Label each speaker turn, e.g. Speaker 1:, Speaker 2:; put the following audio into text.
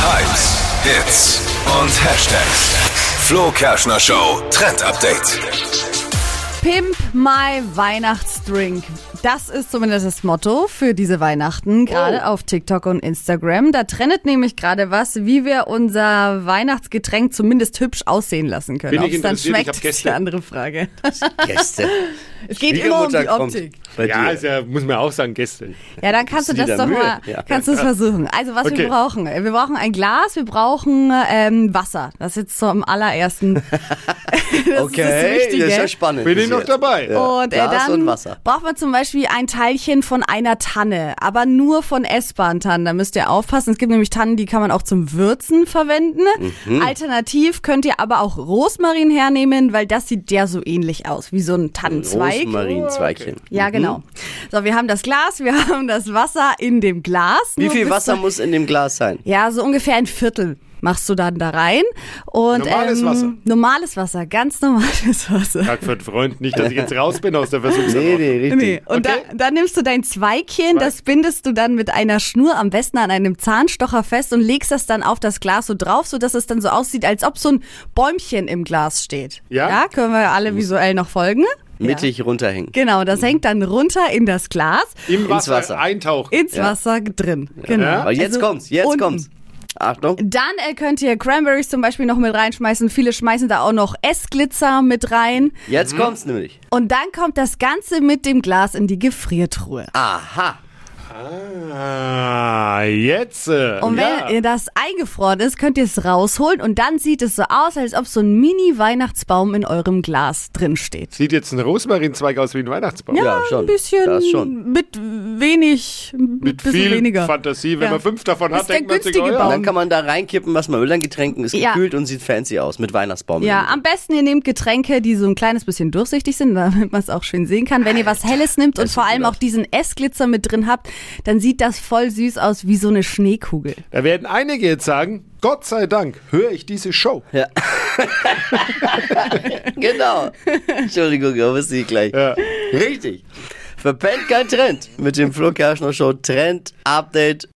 Speaker 1: Hypes, Hits und Hashtags. Flo Kerschner Show Trend Update.
Speaker 2: Pimp My Weihnachtsdrink. Das ist zumindest das Motto für diese
Speaker 3: Oh.
Speaker 2: Weihnachten, gerade auf TikTok und Instagram. Da trendet nämlich gerade was, wie wir unser Weihnachtsgetränk zumindest hübsch aussehen lassen können.
Speaker 3: Bin
Speaker 2: Ob
Speaker 3: ich
Speaker 2: es dann
Speaker 3: interessiert, ich
Speaker 2: schmeckt,
Speaker 3: hab
Speaker 2: ist eine
Speaker 3: Gäste.
Speaker 2: andere Frage.
Speaker 4: Gäste.
Speaker 2: Es geht immer um die Optik.
Speaker 4: Bei
Speaker 3: Ja,
Speaker 4: dir.
Speaker 3: ist ja, muss man auch sagen, gestern.
Speaker 2: Ja, dann kannst du
Speaker 4: Gibst
Speaker 2: das doch
Speaker 4: du dir da Mühe?
Speaker 2: mal,
Speaker 4: Ja.
Speaker 2: kannst du es versuchen. Also was wir
Speaker 3: Okay.
Speaker 2: brauchen, äh, wir brauchen ein Glas, wir brauchen ähm, Wasser. Das ist jetzt so am allerersten. das
Speaker 4: okay,
Speaker 2: ist das
Speaker 4: das,
Speaker 2: Wichtige.
Speaker 4: ist ja spannend.
Speaker 3: Bin
Speaker 4: bis
Speaker 3: ich noch
Speaker 4: jetzt.
Speaker 3: dabei?
Speaker 4: Ja.
Speaker 2: Und äh,
Speaker 4: Glas
Speaker 2: dann
Speaker 4: und Wasser.
Speaker 2: braucht man zum Beispiel ein Teilchen von einer Tanne, aber nur von Essbahn-Tannen. Da müsst ihr aufpassen. Es gibt nämlich Tannen, die kann man auch zum Würzen verwenden.
Speaker 4: Mhm.
Speaker 2: Alternativ könnt ihr aber auch Rosmarin hernehmen, weil das sieht der so ähnlich aus, wie so ein Tannenzweig.
Speaker 3: Oh,
Speaker 4: Rosmarinzweigchen.
Speaker 2: Ja, genau. So, wir haben das Glas, wir haben das Wasser in dem Glas.
Speaker 4: Wie
Speaker 2: Nur
Speaker 4: viel
Speaker 2: bis
Speaker 4: Wasser
Speaker 2: zu-
Speaker 4: muss in dem Glas sein?
Speaker 2: Ja, so ungefähr ein Viertel machst du dann da rein. Und,
Speaker 3: Normales
Speaker 2: ähm,
Speaker 3: Wasser.
Speaker 2: Normales Wasser, ganz normales Wasser.
Speaker 3: Sag für den Freund nicht, dass ich jetzt raus bin aus der Versuchswoche.
Speaker 4: Nee, nee, richtig.
Speaker 2: Nee, und
Speaker 3: Okay.
Speaker 2: da, dann nimmst du dein Zweigchen, das bindest du dann mit einer Schnur am besten an einem Zahnstocher fest und legst das dann auf das Glas so drauf, sodass es dann so aussieht, als ob so ein Bäumchen im Glas steht.
Speaker 3: Ja.
Speaker 2: ja können wir alle visuell noch folgen? Ja.
Speaker 4: Mittig runterhängen.
Speaker 2: Genau, das hängt dann runter in das Glas.
Speaker 3: Im Wasser,
Speaker 4: Wasser.
Speaker 3: eintauchen.
Speaker 2: ins
Speaker 4: Ja.
Speaker 2: Wasser drin. Genau.
Speaker 3: Ja.
Speaker 4: Aber jetzt
Speaker 2: Also
Speaker 4: kommt's, jetzt
Speaker 2: unten.
Speaker 4: kommt's. Achtung.
Speaker 2: Dann äh, könnt ihr Cranberries zum Beispiel noch mit reinschmeißen. Viele schmeißen da auch noch Essglitzer mit rein.
Speaker 3: Mhm.
Speaker 4: Jetzt kommt's nämlich.
Speaker 2: Und dann kommt das Ganze mit dem Glas in die Gefriertruhe.
Speaker 4: Aha.
Speaker 3: Ah, jetzt. äh,
Speaker 2: Und
Speaker 3: ja.
Speaker 2: wenn ihr Oh das eingefroren ist, könnt ihr es rausholen und dann sieht es so aus, als ob so ein Mini-Weihnachtsbaum in eurem Glas drin steht.
Speaker 3: Sieht jetzt ein Rosmarinzweig aus wie ein Weihnachtsbaum.
Speaker 4: Ja, schon.
Speaker 2: Ein bisschen
Speaker 4: Das schon.
Speaker 2: mit wenig, mit
Speaker 3: Mit
Speaker 2: bisschen
Speaker 3: viel
Speaker 2: weniger.
Speaker 3: Fantasie, wenn
Speaker 2: Ja.
Speaker 3: man fünf davon
Speaker 2: Ist
Speaker 3: hat,
Speaker 2: der
Speaker 3: denkt man sich,
Speaker 2: günstige
Speaker 3: oh ja.
Speaker 4: Und
Speaker 2: Baum.
Speaker 4: dann kann man da reinkippen, was man will, dann getränken ist
Speaker 2: Ja.
Speaker 4: gekühlt und sieht fancy aus mit Weihnachtsbaum.
Speaker 2: Ja, am besten ihr nehmt Getränke, die so ein kleines bisschen durchsichtig sind, damit man es auch schön sehen kann. Wenn ihr was Helles nimmt und
Speaker 4: sieht
Speaker 2: vor
Speaker 4: gut
Speaker 2: allem
Speaker 4: aus.
Speaker 2: auch diesen Essglitzer mit drin habt, dann sieht das voll süß aus wie so eine Schneekugel.
Speaker 3: Da werden einige jetzt sagen, Gott sei Dank höre ich diese Show.
Speaker 4: Genau. Entschuldigung, aber ist sie gleich.
Speaker 3: Ja.
Speaker 4: Richtig. Verpennt kein Trend mit dem Flo Kerschner Show Trend Update